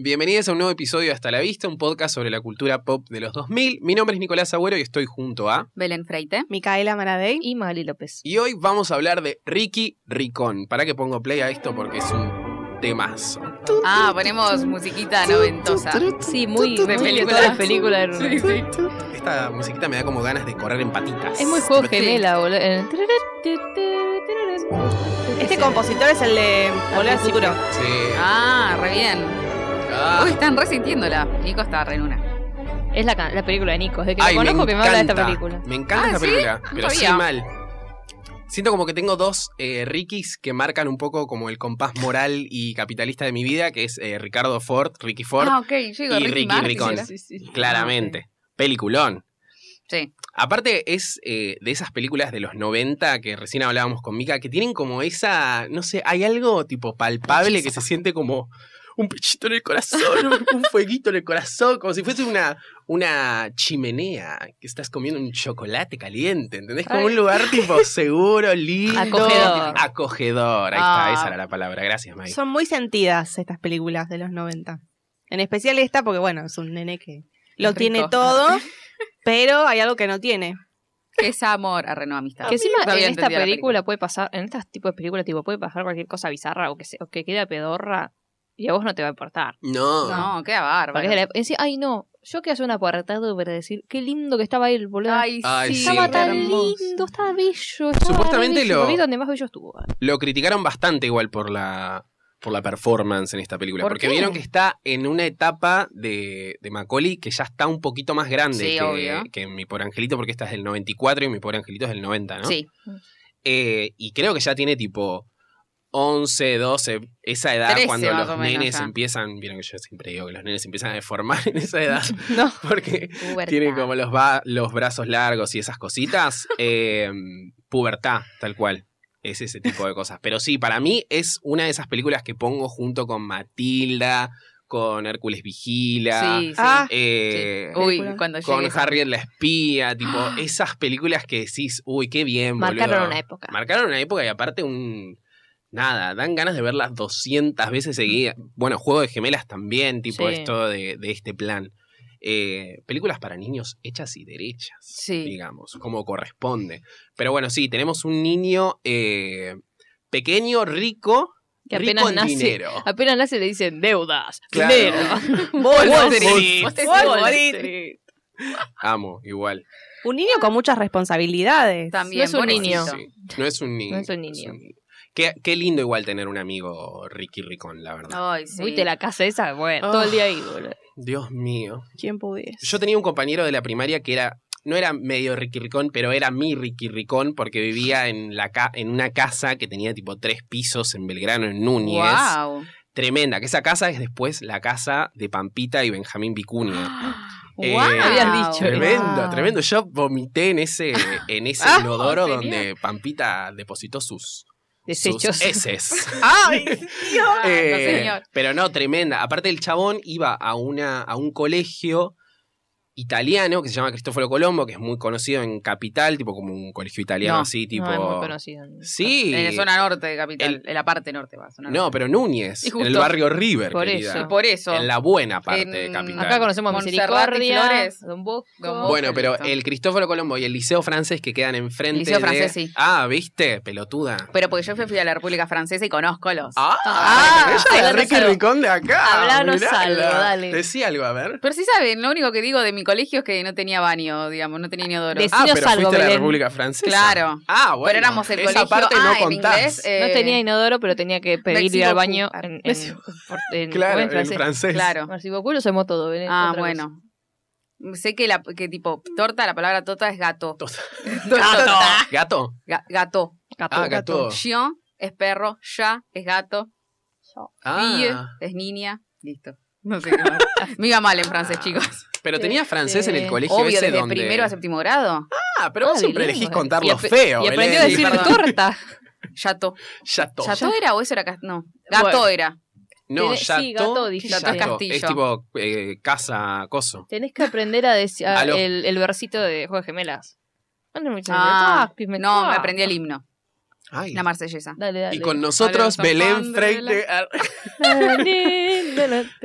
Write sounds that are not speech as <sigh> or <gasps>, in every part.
Bienvenidos a un nuevo episodio de Hasta la Vista, un podcast sobre la cultura pop de los 2000. Mi nombre es Nicolás Agüero y estoy junto a... Belén Freite. Micaela Maradei. y Magali López. Y hoy vamos a hablar de Ricky Ricón. Para que pongo play a esto porque es un temazo. Ah, ponemos musiquita noventosa. Sí, muy De película. de película. era- Sí, sí. Esta musiquita me da como ganas de correr en patitas. Es muy juego Sí. gemela, boludo. Eh, Este compositor es el de Volver al Futuro. Sí. Ah, re bien. Ah. Hoy están resintiéndola. Nico está re en una. Es la, ca- la película de Nico. Desde que Ay, lo conozco que me habla de esta encanta. película. Me encanta Ah, esta ¿sí? película, pero sí sabía. mal. Siento como que tengo dos eh, Rickys que marcan un poco como el compás moral y capitalista de mi vida, que es eh, Ricardo Ford, Ricky Ford, Ah, ok, yo digo y Ricky Ricky Martin, Ricón. ¿era? claramente. Peliculón. Sí. Aparte es eh, de esas películas de los 90 que recién hablábamos con Mika, que tienen como esa, no sé, hay algo tipo palpable que se siente como un pichito en el corazón, un- un fueguito en el corazón, como si fuese una, una chimenea, que estás comiendo un chocolate caliente, ¿entendés? Como Ay. un lugar tipo seguro, lindo. Acogedor. Acogedor, ahí Ah. está, esa era la palabra, gracias May. Son muy sentidas estas películas de los 90. En especial esta, porque bueno, es un nene que lo Rico. tiene todo, pero hay algo que no tiene. Es amor, a no amistad. Que encima Todavía no en esta entendía la película, puede pasar, en este tipo de película tipo puede pasar cualquier cosa bizarra o que, se- o que queda pedorra y a vos no te va a importar. No. No, queda Porque bárbaro. es de la- es- ay no, yo que hace un apartado para decir qué lindo que estaba él, boludo. Ay, Ay, sí. estaba sí, tan hermoso. lindo, estaba bello. Estaba Supuestamente re bello. lo- vi donde más bello estuvo. Lo criticaron bastante igual por la, por la performance en esta película. ¿Por porque qué? vieron que está en una etapa de, de Macaulay que ya está un poquito más grande Sí, obvio. que, que Mi Pobre Angelito, porque esta es del 94 y Mi Pobre Angelito es del 90, ¿no? Sí. Eh, y creo que ya tiene tipo 11, 12, esa edad 13 cuando más los o menos, nenes ya. empiezan, vieron que yo siempre digo que los nenes empiezan a deformar <laughs> en <laughs> esa edad, No. porque Pubertad. tienen como los, ba- los brazos largos y esas cositas. <laughs> eh, pubertad, tal cual. Es ese tipo de cosas. Pero sí, para mí es una de esas películas que pongo junto con Matilda, con Hércules Vigila, Sí, sí. Ah, eh, Sí. Uy, película. cuando llegue. con esa- Harriet la espía, tipo, <gasps> esas películas que decís, uy, qué bien, boludo". Marcaron una época. Marcaron una época y aparte un... Nada, dan ganas de verlas 200 veces seguidas. Bueno, Juego de Gemelas también, tipo Sí. esto de, de este plan. Eh, películas para niños hechas y derechas, Sí. digamos, como corresponde. Pero bueno, sí, tenemos un niño eh, pequeño, rico, Que rico apenas en nace. dinero. Apenas nace le dicen deudas, Claro. dinero. Wall Street. Street. Vos te- Wall Wall Street. Street. Amo, igual. Un niño con muchas responsabilidades. También No es un bonito. niño. Sí, No es un niño. No es un niño. Qué, qué lindo igual tener un amigo Ricky Ricón, la Ah. verdad. Ay, sí. <laughs> Uy, te la casa esa, bueno, Ah. todo el día ahí, boludo. Dios mío. ¿Quién <laughs> pudiese? Yo tenía un compañero de la primaria que era no era medio Ricky Ricón, pero era mi Ricky Ricón porque vivía en la ca- en una casa que tenía tipo tres pisos en Belgrano en Núñez. Wow. Tremenda, que esa casa es después la casa de Pampita y Benjamín Vicuña. Ah, Eh, Habías dicho. Tremendo, Wow. tremendo. Yo vomité en ese en ese Ah, inodoro ¿en serio? donde Pampita depositó sus Desechos. sus heces. ¡Ay! Ah, Eh, Ah, no, señor. Pero no, tremenda. Aparte, el chabón iba a, una, a un colegio italiano que se llama Cristóforo Colombo, que es muy conocido en Capital, tipo como un colegio italiano No, así, tipo. No, es muy conocido. Sí. En la zona norte de Capital. El- En la parte norte va. zona No, norte. pero Núñez, Y en el justo- barrio River, Por querida. eso. Por eso. En la buena parte de En- Capital. Acá conocemos a Montserrat y Misericordia, Flores. Don Bosco. Don Bosco. Bueno, pero listo. el Cristóforo Colombo y el Liceo Francés que quedan enfrente. Liceo de- Francés, sí. Ah, ¿viste? Pelotuda. Pero porque yo fui a la República Francesa y conozco los. Ah, Ah, ella es hablanos Ricky algo. Ricón de acá. Hablanos mirala. algo, dale. Decí algo, a ver. Pero sí saben, lo único que digo de mi colegio es que no tenía baño, digamos, no tenía inodoro. Decí- Ah, Decinos pero algo, fuiste a la Belén. República Francesa. Claro. Ah, bueno. pero éramos el esa colegio parte ah, no en contás. inglés. eh, No tenía inodoro, pero tenía que pedir ir Merci al beaucoup. baño en, en, Merci por- en- <laughs> Claro, ¿cómo es? en francés. Claro. Merci beaucoup, lo sabemos todo. ¿eh? Ah, Otra cosa. bueno. Sé que, la, que tipo, torta, la palabra tota es gato. <laughs> Tota. Tota. Gato. Ga- gato. Gato. Ah, gato. Chien es perro, ya es gato, Ah, <laughs> fille es niña. Listo. No sé qué más. Me iba mal en francés, chicos. Pero tenía francés en el Este, colegio Obvio, ese desde donde... primero a séptimo grado. Ah, pero vos Ah, siempre bilingüe. elegís contar Y lo apre- feo. Y aprendió a Belén. decir eh, <laughs> Perdón. torta. Yato. Yato. ¿Yato era o eso era gas- No. Gato Bueno. era. No, Tiene- yato. sí, gato dije. ¿qué Yato es castillo. Es tipo eh, casa, coso. Tenés que aprender a decir a- A lo- el, el versito de Juego de Gemelas. Dale, muchacho, Ah, toc, me No, toc. me aprendí el himno. Ay. La marsellesa. Dale, dale. Y con Vale, nosotros, San Belén Juan, Freire. <laughs>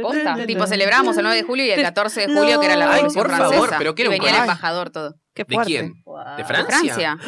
Posta. Tipo, celebramos el 9 de julio y el 14 de julio, que era la Ay, Revolución por favor, Francesa. pero que y era un venía el coraje. embajador todo. Qué ¿De fuerte. quién? ¿De ¿De Francia? Francia?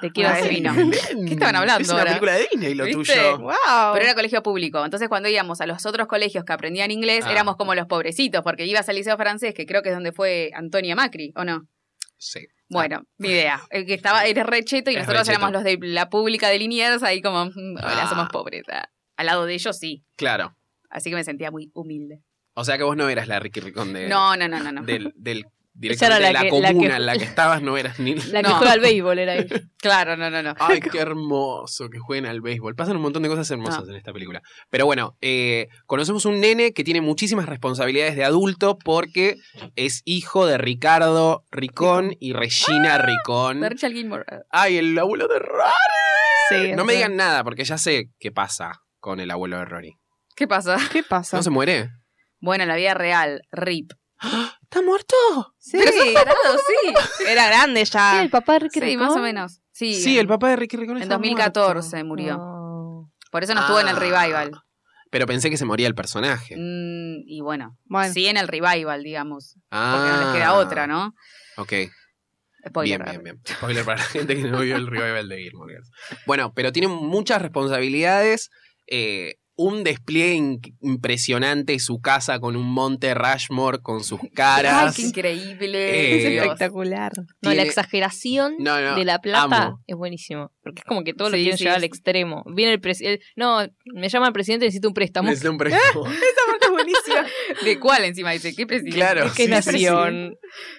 Te quiero Ah, decir. sí. vino. Belén. ¿Qué estaban hablando Es una ahora? película de Disney lo ¿Viste? tuyo. Wow. Pero era colegio público. Entonces, cuando íbamos a los otros colegios que aprendían inglés, Ah. éramos como los pobrecitos, porque ibas al liceo francés, que creo que es donde fue Antonia Macri, ¿o no? Ah. Sí. Bueno, ni <laughs> idea. El que estaba era recheto y Es nosotros recheto. éramos los de la pública de Liniers, ahí como, mm, hola, Ah. somos pobres. Ah. Al lado de ellos sí. Claro. Así que me sentía muy humilde. O sea que vos no eras la Ricky Ricón de, no, no, no, no. no. Eh, del, del Esa directamente era de la la, que- la comuna que- en la que estabas, no eras ni. La que No. juega al béisbol era ella. Claro, no, no, no. Ay, qué hermoso que jueguen al béisbol. Pasan un montón de cosas hermosas en esta película. Pero bueno, eh, conocemos un nene que tiene muchísimas responsabilidades de adulto porque es hijo de Ricardo Ricón y Regina De Ricón. Richard Gilmore. ah. Ay, el abuelo de Rory. Sí, No o me sea, digan nada porque ya sé qué pasa con el abuelo de Rory. ¿Qué pasa? ¿Qué pasa? ¿No se muere? Bueno, en la vida real, RIP. ¿Está muerto? Sí, Pero sos Ah, tarado, sí. era grande Ah, ya. el papá de Ricky Sí, Ricón? más o menos. Sí, Sí, el papá de Ricky Ricón en está 2014 muerto. murió. No. Por eso no estuvo en el Ah. revival. Pero pensé que se moría el personaje. Mm, y bueno, Bueno, sí en el revival, digamos. Ah. Porque no les queda otra, ¿no? Ok. Spoiler. bien, bien, bien. Spoiler para la gente que no vio el revival de Gilmore Girls. Bueno, pero tiene muchas responsabilidades. eh, un despliegue in- impresionante, su casa con un monte Rushmore, con sus <laughs> Ay, caras. qué increíble. <laughs> es Eh, Dios. espectacular. No, la Tiene- exageración No, no, <laughs> de la plata amo. es buenísimo. Porque es como que todo lo Sí, quieren sí, llevar es- al extremo. Viene el presidente. No, me llama el presidente necesito un préstamo. Necesito un préstamo. <laughs> ¿De cuál encima dice? ¿Qué presidente? <laughs> Claro. Qué sí, sí, sí. nación.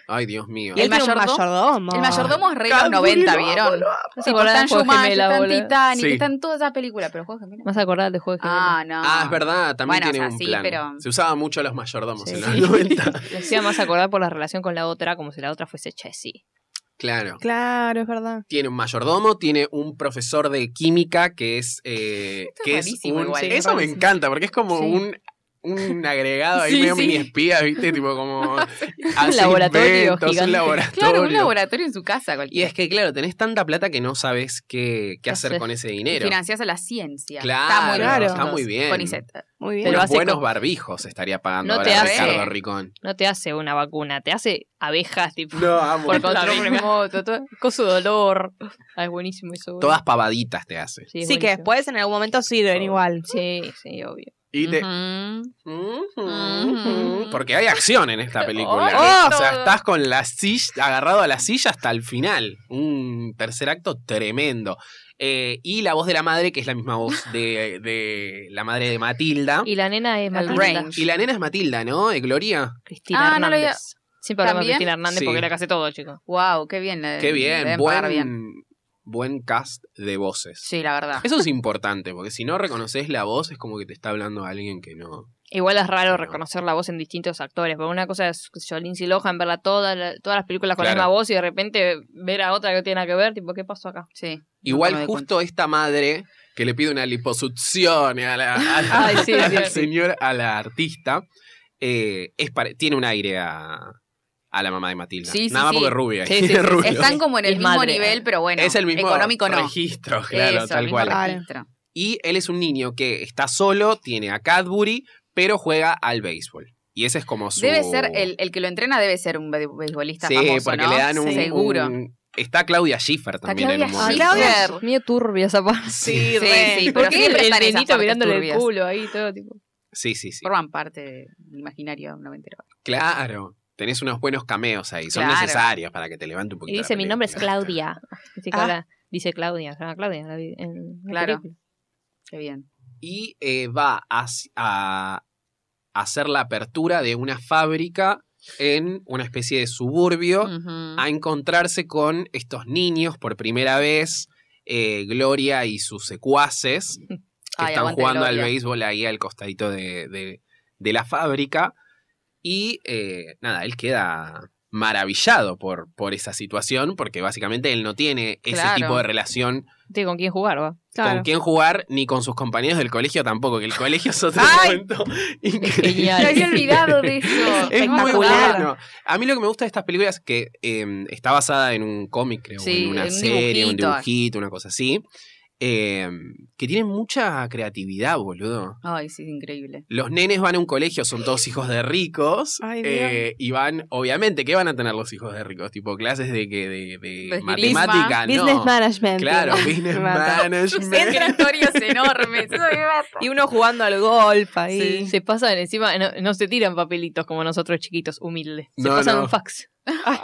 Ay, Dios mío. Y el Él tiene un mayordomo- mayordomo. El mayordomo es rey de Cadbury, los 90, lo amo, ¿vieron? lo No se Tipo, acordaba están de Juego de Jumanji, Gemela, están boludo. Titanic, Sí. están todas esas películas, pero Juegos Gemelas. No se acordaba de Juego de Gemelas. Ah, no. Ah, es verdad, también Bueno, o tiene sea, un sí, plan. pero- Se usaba mucho a los mayordomos Sí. en los <laughs> 90. Me hacía más acordar por la relación con la otra, como si la otra fuese Jessie. Claro. Claro, es verdad. Tiene un mayordomo, tiene un profesor de química que es. eh, Esto es que es rarísimo un- igual. sí, Eso me rarísimo. encanta, porque es como Sí. un, un agregado ahí Sí, medio sí. mini espía, ¿viste? Tipo como. Un hace laboratorio inventos, un gigante. laboratorio. Claro, un laboratorio en su casa Y cualquiera. es que, claro, tenés tanta plata que no sabes qué, qué hacer hacer? con ese dinero. Financiás a la ciencia. Claro, está muy claro. bien. está muy bien. Conicet. Muy bien. Pero Unos hace buenos co- barbijos estaría pagando No ahora te hace- Ricardo Ricón. No te hace una vacuna, te hace abejas, tipo. <laughs> No, amo. Por La control abeja. remoto, todo, con su dolor. Ah, es buenísimo eso. boludo. Todas pavaditas te hace. es Sí, que buenísimo. después en algún momento sirven igual. Sí, sí, obvio. Y te, Ujú. Ujú. Porque hay acción en esta película. ¡Ay, o sea, todo! estás con la silla, agarrado a la silla hasta el final. Un tercer acto tremendo. Eh, y la voz de la madre, que es la misma voz de, de la madre de Matilda. Y la nena es El Matilda. range. Y la nena es Matilda, ¿no? De Gloria. Cristina Ah, no lo Hernández. había- Siempre hablamos de ¿También? Cristina Hernández Sí. porque era casi todo, chico. Wow, qué bien. la- Qué bien. deben pagar Buen, bien. buen cast de voces. Sí, la verdad. Eso es importante, porque si no reconoces la voz, es como que te está hablando alguien que no. Igual es raro Sí, no. reconocer la voz en distintos actores. Porque una cosa es, qué sé yo, Lindsay Lohan, verla toda la- todas las películas con Claro. la misma voz y de repente ver a otra que no tiene nada que ver, tipo, ¿qué pasó acá? Sí. Nunca me Igual di justo esta madre que le pide una liposucción a la, a la- Ay, sí, a la sí, sí. señora, a la artista, eh, es pare- tiene un aire a, a la mamá de Matilda. Sí, sí, Nada más sí. porque es rubia. <laughs> Sí, y sí, es sí, sí. rubio. Están como en el Es mismo madre. nivel, pero bueno. Es el mismo Económico no. registro, claro, Eso, el tal mismo cual. registro. Y él es un niño que está solo, tiene a Cadbury, pero juega al béisbol. Y ese es como su... Debe ser, el, el que lo entrena debe ser un be- beisbolista Sí, famoso, porque ¿no? le dan un... Seguro. un- Está Claudia Schiffer también Claudia en un Ay, momento. Schiffer. Claudia- Mío turbia esa parte. Sí, re. Sí, pero ¿Por qué el, siempre están esas Benito partes mirándole turbias. el culo ahí todo tipo? Sí, sí, sí. Forman parte del imaginario noventero. Claro. Tenés unos buenos cameos ahí. Son Claro. necesarios para que te levante un poquito. Y la dice, mi película". nombre es Claudia. Dice, que Ah. ahora- dice Claudia, se llama Claudia. en la vi- en la Claro. película. Qué bien. Y eh, va a, a hacer la apertura de una fábrica en una especie de suburbio Ujú. a encontrarse con estos niños por primera vez, eh, Gloria y <laughs> sus secuaces, que Ay, están aguante jugando al Gloria. béisbol ahí al costadito de, de- de la fábrica. Y eh, nada, él queda maravillado por, por esa situación, porque básicamente él no tiene ese Claro. tipo de relación Tiene con quién jugar, va. Claro. con quién jugar, ni con sus compañeros del colegio tampoco, que el colegio es otro Ay. cuento <laughs> increíble. Genial. Me había olvidado de eso. <laughs> Es muy Espectacular. bueno. A mí lo que me gusta de estas películas es que eh, está basada en un cómic, creo, Sí, en una en un serie, dibujito. un dibujito, una cosa así. eh, que tienen mucha creatividad, boludo. Ay, sí, es increíble. Los nenes van a un colegio, son todos hijos de ricos. Ay, eh, y van, obviamente, ¿qué van a tener los hijos de ricos? Tipo clases de que de, de De matemática, Ah, no. Business management. <laughs> Claro, business Rata. management. Historias enormes. Y uno jugando al golf ahí. Sí. Se pasan encima, no, no se tiran papelitos como nosotros chiquitos, humildes. Se No, pasan no. un fax. Ay,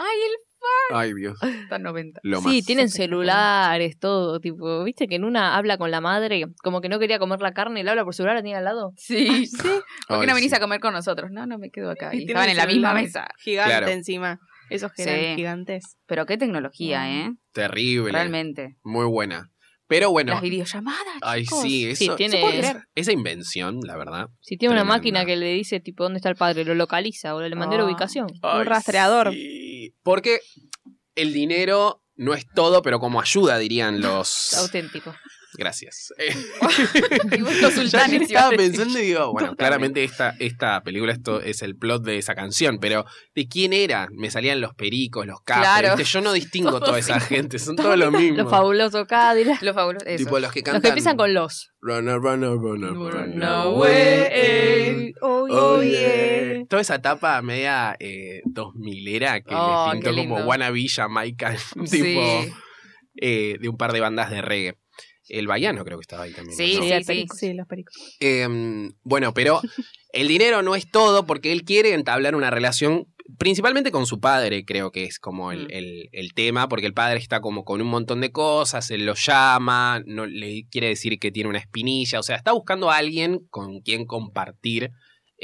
Ay, Dios. el está 90. Lo más. sí, tienen Espectacular. celulares, todo. Tipo, viste que en una habla con la madre, como que no quería comer la carne y la habla por celular, la tiene al lado. Sí, sí. ¿Por qué Ay, no sí. venís a comer con nosotros? No, no me quedo acá. Y Y tiene estaban un en la misma celular. mesa. Gigante Claro. encima. Esos que Sí. eran gigantes. Pero qué Ah. tecnología, ¿eh? Terrible. Realmente. Muy buena. Pero bueno. Las videollamadas. Ay, chicos. sí, eso, Sí, tiene- ¿se puede creer? esa invención, la verdad. Si tiene una Tremendo. máquina que le dice, tipo, ¿dónde está el padre? Lo localiza o le mandé la Ah. ubicación. Un rastreador. sí. Porque el dinero no es todo, pero como <laughs> ayuda, dirían Es los. auténtico. Gracias. Eh, Y vos los <laughs> sultanes. ya que iba a estaba decir. pensando y digo, bueno, claramente esta, esta película esto es el plot de esa canción, pero ¿de quién era? Me salían los pericos, los capes. Claro. ¿viste? Yo no distingo <laughs> Todos toda esa gente, son todos lo mismo. Los fabulosos Cadillac. Los fabulosos. eso. Tipo los que cantan. Los que empiezan con los. Runner, runner, runner, runner away. Oye. Oye. Oye. Toda esa etapa media eh, 2000 era que Oh, les pintó qué lindo. como Wannabe Jamaica, <laughs> tipo Sí. eh, de un par de bandas de reggae. El Baiano creo que estaba ahí también. Sí, ¿no? sí. los pericos, sí, los pericos. Eh, bueno, pero el dinero no es todo porque él quiere entablar una relación principalmente con su padre, creo que es como el, Mm. el- el tema, porque el padre está como con un montón de cosas, él lo llama, no le quiere decir que tiene una espinilla, o sea, está buscando a alguien con quien compartir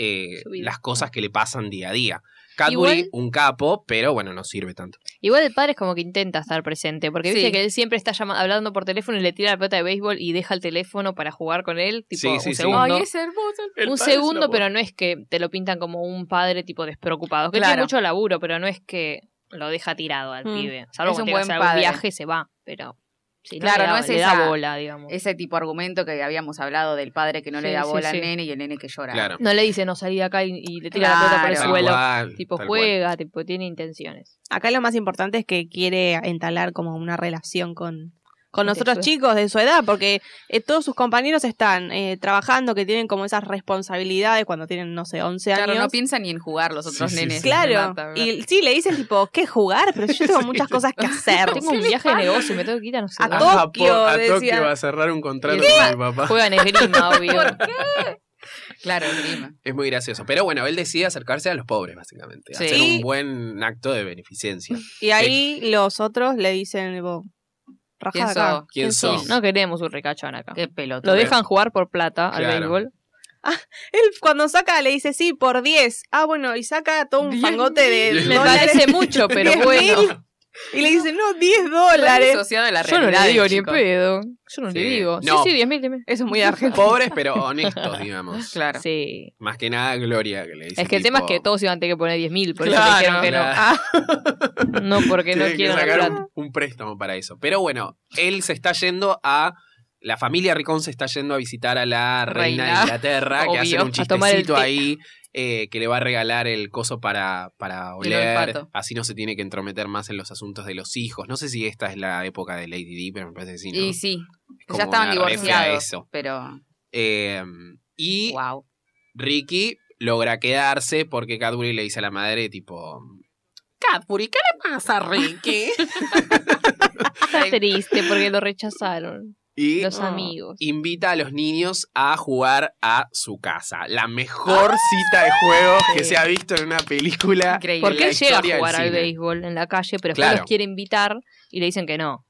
eh, Su vida. las cosas que le pasan día a día. Cadbury, Igual- un capo, pero bueno, no sirve tanto. Igual el padre es como que intenta estar presente, porque dice Sí. que él siempre está llama- hablando por teléfono y le tira la pelota de béisbol y deja el teléfono para jugar con él, tipo Sí, un sí, sí. segundo. Ay, es hermoso. Eh. un segundo, pero no es que te lo pintan como un padre tipo despreocupado. Que Claro. tiene mucho laburo, pero no es que lo deja tirado al Mm. pibe. Salvo Es que un tenga que buen hacer algún padre. viaje se va, pero si Claro, no, le da, no es le da esa- bola, digamos. Ese tipo de argumento que habíamos hablado del padre que no le Sí, da sí, bola sí. al nene y el nene que llora. Claro. No le dice no salí de acá y, y le tira la pelota por el Claro. Tal suelo. cual, Tipo tal cual. juega, tipo tiene intenciones. Acá lo más importante es que quiere entablar como una relación con, con De nosotros su- chicos de su edad, porque eh, todos sus compañeros están eh, trabajando, que tienen como esas responsabilidades cuando tienen, no sé, 11 Claro, años. no piensa ni en jugar los otros Sí, sí, nenes. sí. Me Claro, mata, me mata. y sí, le dicen tipo, ¿qué jugar? Pero yo <laughs> tengo muchas cosas que hacer. Tengo un viaje de Ah. negocio, me tengo que ir a no sé. A dónde. todos Ah, Tokio, po- a decía. Tokio va a cerrar un contrato ¿Qué? con mi papá. Juega en <laughs> esgrima, obvio. Claro, esgrima. Es muy gracioso. Pero bueno, él decide acercarse a los pobres, básicamente. Sí. Hacer un buen acto de <laughs> beneficencia. Y ahí los otros le dicen, tipo, rajá de ¿Quién acá. sos? ¿Quién sos? No queremos un ricachón acá. Qué pelota. Lo dejan jugar por plata al Claro. béisbol. Él cuando saca le dice, sí, por 10. Ah, bueno, y saca todo un Diez fangote de mil. Me dólares. <laughs> parece mucho, pero Diez bueno. mil. Y le dice, no, 10 dólares. Asociado a la Yo no realidad. le digo del ni en chico. pedo. Yo no Sí. le digo. No. Sí, sí, 10.000, 10.000. Eso es muy <laughs> argentino. Pobres, pero honestos, digamos. Claro. <laughs> Sí. Más que nada, Gloria, que le dice. Es que el tema es tipo, que todos iban a tener que poner 10.000, por Claro, eso me dijeron que no. claro. Ah, no, porque no tiene que quiero la sacar plata. un, un préstamo para eso. Pero bueno, él se está yendo a. La familia Ricón se está yendo a visitar a la reina, Reina. de Inglaterra, que Obvio. hacen un A tomar el chistecito té. ahí, eh, que le va a regalar el coso para, para El oler. olfato. Así no se tiene que entrometer más en los asuntos de los hijos. No sé si esta es la época de Lady Di, pero me parece que sí. ¿no? Y sí, Es como ya estaban una refe a divorciados. eso. Pero, Eh, y wow. Ricky logra quedarse porque Cadbury le dice a la madre, tipo. Cadbury, ¿qué le pasa a Ricky? Está triste porque lo rechazaron y los Oh. amigos. invita a los niños a jugar a su casa. La mejor cita de juegos que Sí. se ha visto en una película. Increíble. Porque la él llega a historia del jugar al cine. béisbol en la calle, pero después Claro. los quiere invitar y le dicen que no.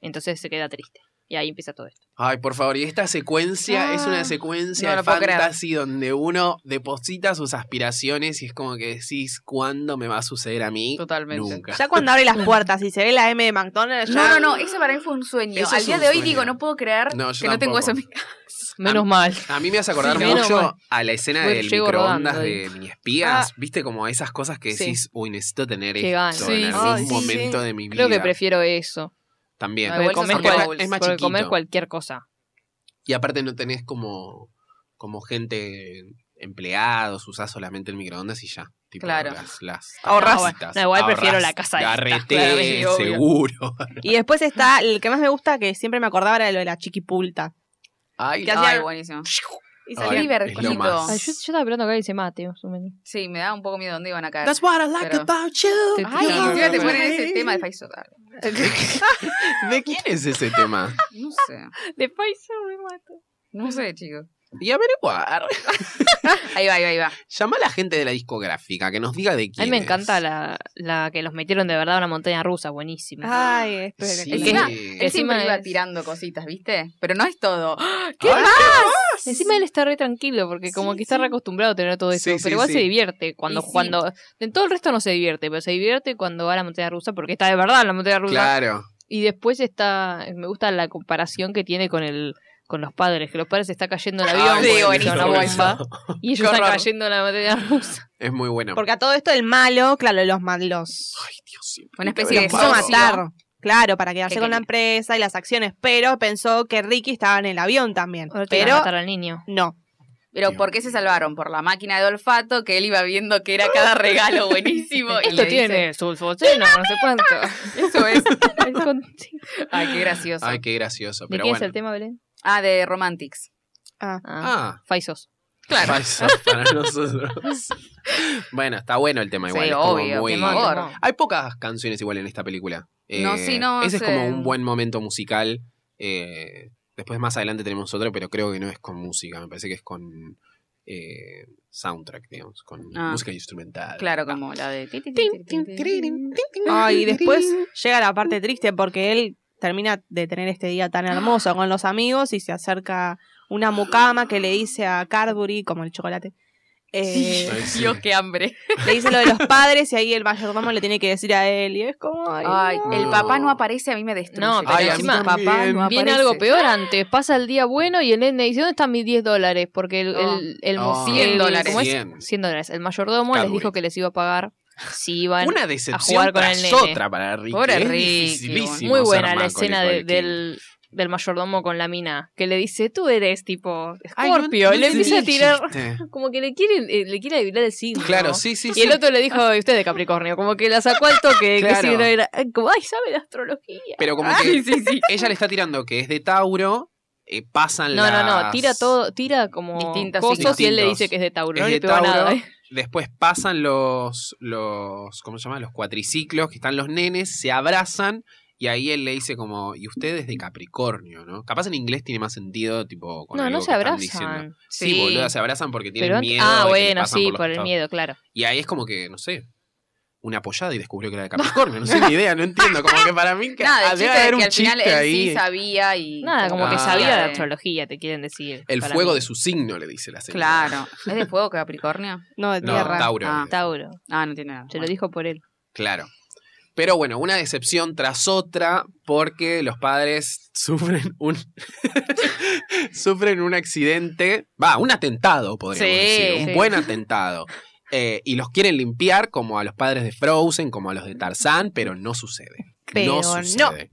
Entonces se queda triste. Y ahí empieza todo esto. Ay, por favor, y esta secuencia Ah, es una secuencia no de lo puedo creer. fantasy donde uno deposita sus aspiraciones y es como que decís, ¿cuándo me va a suceder a mí? <laughs> Totalmente. Nunca. Ya cuando abre las puertas y se ve la M de McDonald's, ya- No, no, no, eso para mí fue un sueño. Eso Al es día un de hoy sueño. digo, no puedo creer No, yo que no tengo tampoco. eso en mi casa. Menos Am- mal. A mí me hace acordar Sí, menos mal. mucho a la escena Voy- del llego microondas rodando ahí. de Mini Espías. ¿Viste? Como esas cosas que Sí. decís, uy, necesito tener Qué esto gana. Sí, en sí, algún sí, momento de mi vida. Creo que prefiero eso. También. A Porque ver, comes, Porque cual- es más porque chiquito. comes cualquier cosa. Y aparte no tenés como, como gente empleados, usás solamente el microondas y ya. Tipo, Claro. Las, las Ahorrás. tapitas, Ah, No, igual prefiero la casa esta, garrete, claro, sí, obvio. <laughs> seguro. Y después está el que más me gusta, que siempre me acordaba era lo de la chiquipulta. Ay, ¿Qué la- hacía? Ay, buenísimo. Y Ay, salía- divertido. es lo más. Ay, yo, yo estaba esperando acá y se mate, más o menos. Sí, me da un poco miedo dónde iban a caer. That's what I like Pero- about you. Ay, Ay, encima te no, ponen no. ese tema de Faiso. ¿De quién es ese <laughs> tema? No sé. De paisa me mato. No sé, chicos. <laughs> Y averiguar. Ahí va, ahí va, ahí va. Llama a la gente de la discográfica que nos diga de A quién mí me es. encanta la, la que los metieron de verdad a una montaña rusa, buenísima. Ay, esto es- Sí. Ah, Encima- Que Él siempre encima iba es- tirando cositas, ¿viste? Pero no es todo. ¿Qué Ay, más? Encima él está re tranquilo porque como Sí, que está sí. re acostumbrado a tener todo eso, Sí, sí, pero igual sí. se divierte cuando Y sí. cuando en todo el resto no se divierte, pero se divierte cuando va a la montaña rusa porque está de verdad en la montaña rusa Claro. y después está me gusta la comparación que tiene con el con los padres, que los padres se está cayendo el avión Ay, porque sí, hizo buenísimo, una buenísimo. bomba y ellos Qué están horror. cayendo en la montaña rusa. Es muy bueno. Porque a todo esto el malo, claro, los malos. Ay, Dios sí. Una Qué especie Los de bravo. quiso socio. matar. Claro, para quedarse Que con la quería. empresa y las acciones, pero pensó que Ricky estaba en el avión también. Ahora te van a Pero matar al niño. no. Pero Dios. ¿por qué se salvaron? Por la máquina de olfato que él iba viendo que era cada regalo buenísimo. y Esto le dice, tiene sulfoceno, no sé <laughs> cuánto. Eso es. El con- sí. Ay, qué gracioso. Ay, qué gracioso. ¿De Pero quién es bueno. el tema, Belén? Ah, de Romantics. Ah, Ah, Faisos. <laughs> Claro. falso para nosotros. <laughs> bueno, está bueno el tema igual. sí, es como obvio. muy- qué amor. No. Hay pocas canciones igual en esta película. Eh, No, sí, no, Ese sé. es como un buen momento musical. eh, después más adelante tenemos otro, pero creo que no es con música. Me parece que es con eh, soundtrack, digamos, con Ah. música instrumental. Ah, Claro, como la de... <laughs> Ay, Ah, y después llega la parte triste porque él termina de tener este día tan hermoso con los amigos y se acerca una mucama que le dice a Carbury, como el chocolate. eh, Ay, sí. Dios, qué hambre. Le dice lo de los padres y ahí el mayordomo le tiene que decir a él. Y es como. Ay, Ay, no. el papá no aparece, a mí me destruye. No, pero Ay, a mí encima también. papá no aparece. Viene algo peor antes. Pasa el día bueno y el nene dice: ¿Dónde están mis 10 dólares? Porque el, No. el, el Oh, mos- 100 el- dólares. ¿cómo es? 100. 100 dólares. El mayordomo les Cadbury. dijo que les iba a pagar si iban. Una decepción jugar con el tras nene. otra para Ricky. Pobre Es Ricky, dificilísimo Muy ser buena la Macaulay escena de- Culkin. del, del mayordomo con la mina. Que le dice: Tú eres tipo Ay, no- Scorpio. no y le entendí empieza a el tirar. chiste. Como que le quiere, eh, le quiere adivinar el signo. Claro, sí, sí, Y sí. el otro le dijo, y usted es de Capricornio, como que la sacó al toque, que Claro. signo era, Ay, como, ay, sabe de astrología. Pero como Ay, que sí, sí. ella le está tirando que es de Tauro, eh, pasan No, no, no, las- tira todo, tira como Distintos cosas signos. y él le Distintos. dice que es de Tauro, Es no de le pegó Tauro. nada. ¿eh? Después pasan los, los, ¿cómo se llama? Los cuatriciclos, que están los nenes, se abrazan y ahí él le dice como, y usted es de Capricornio, ¿no? Capaz en inglés tiene más sentido, tipo, con No, algo no se que están diciendo. abrazan. Sí, boluda, se abrazan porque tienen Pero an- miedo. ah, de que les bueno, pasan sí, los por el costados. miedo, claro. Y ahí es como que, no sé, una apoyada y descubrió que era de Capricornio. No sé ni idea, no entiendo. Como que para <laughs> mí que- ah, Nada, el debe chiste es haber un que al final chiste él ahí. sí sabía y... Nada, como que Ah. sabía de de- astrología, te quieren decir. el para fuego mí. de su signo, le dice la señora. Claro. ¿Es de fuego Capricornio? No, de No, tierra. Tauro. Ah. Tauro, Ah, no tiene nada. se lo Bueno. dijo por él. Claro. Pero bueno, una decepción tras otra porque los padres <laughs> sufren un sufren un accidente, va, un atentado, podríamos Sí, decir, un sí. buen atentado. Eh, y los quieren limpiar como a los padres de Frozen, como a los de Tarzán, pero no sucede. Pero no sucede.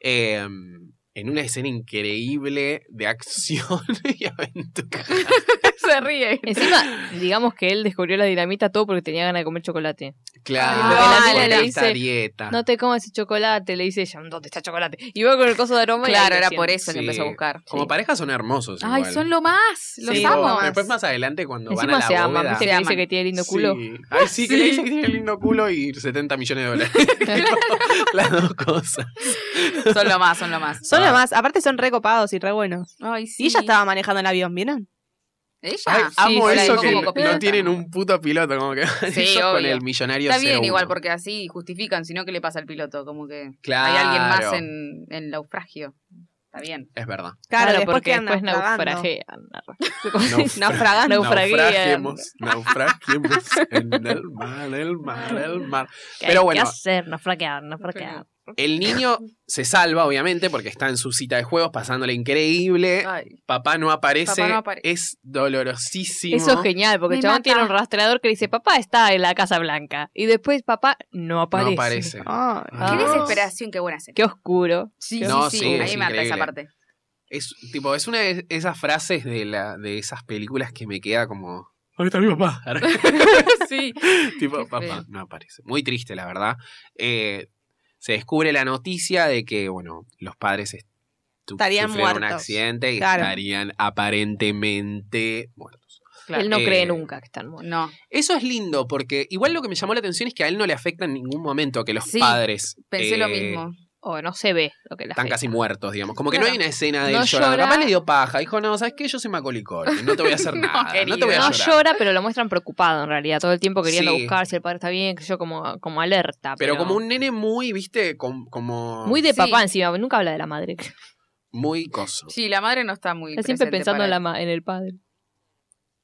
Eh, en una escena increíble de acción <laughs> y aventura. se ríe. <laughs> Encima, digamos que él descubrió la dinamita todo porque tenía ganas de comer chocolate. Claro, Ay, porque la mina porque le está dice, dieta. No te comas ese chocolate, le dice ella, ¿dónde está el chocolate? Y va con el coso de aroma y ahí Claro, lo era siente. por eso que Sí. empezó a buscar. Como Sí. parejas son hermosos. Ay, igual. son lo más. Los Sí, amo. no, Después más adelante cuando Encima van a se la aman, bóveda. viste Se que aman. dice que tiene lindo culo. Sí. Ay, sí, que <laughs> Sí. le dicen que tiene lindo culo y 70 millones de <laughs> dólares. <laughs> Tipo, Las dos cosas. Son lo más, son lo más. Son Ah. lo más. Aparte son recopados y re buenos. Ay, Y sí. ella estaba manejando el avión, ¿vieron? Ella. Ay, amo sí, la eso dejó que como no, copilota. no tienen un puto piloto, como que <laughs> Sí, ellos con obvio. el millonario Está bien 01. igual, porque así justifican, sino que le pasa al piloto, como que Claro, hay alguien más en, en naufragio. Está bien. Es verdad. Claro, porque quedan después naufragando. <laughs> naufragean. Naufragando. Naufraguemos, naufraguemos en el mar, el mar, el mar. ¿Qué Pero hay bueno. que hacer? Naufragear, naufragear. El niño se salva, obviamente, porque está en su cita de juegos pasándole increíble. Ay, Papá no aparece. Papá no aparece. Es dolorosísimo. eso es genial, porque el Me chabón mata. tiene un rastreador que le dice, papá está en la Casa Blanca. Y después papá no No aparece. aparece. Ah, Qué Ah. desesperación, qué buena serie. Qué oscuro. Sí, No, sí, sí, sí. A es mí me harta esa increíble. parte. Es, tipo, es una de esas frases de, la, de esas películas que me queda como... Ahí está mi papá. <laughs> <laughs> sí. tipo, Qué feo. papá, no aparece. Muy triste, la verdad. Eh, se descubre la noticia de que, bueno, los padres est- tu- Estarían sufrieron un muertos. accidente y Claro. estarían aparentemente muertos. Él no cree Eh, nunca que están muertos. No, Eso es lindo, porque igual lo que me llamó la atención es que a él no le afecta en ningún momento que los Sí, padres pensé eh, lo mismo. O no se ve lo que la Están afecta. casi muertos, digamos. Como que no Claro. hay una escena de No él llorando. llora. Papá le dio paja. Dijo, no, ¿sabes qué? Yo soy macolicorte. No te voy a hacer No, nada. No, te querido. voy a <laughs> No llorar. llora, pero lo muestran preocupado en realidad. Todo el tiempo queriendo Sí. buscar si el padre está bien, que yo como, como alerta. Pero como un nene muy, viste, Com- como... Muy de Sí. papá encima, nunca habla de la madre. muy coso. Sí, la madre no está muy. Está siempre presente pensando para en, la él. ma- en el padre.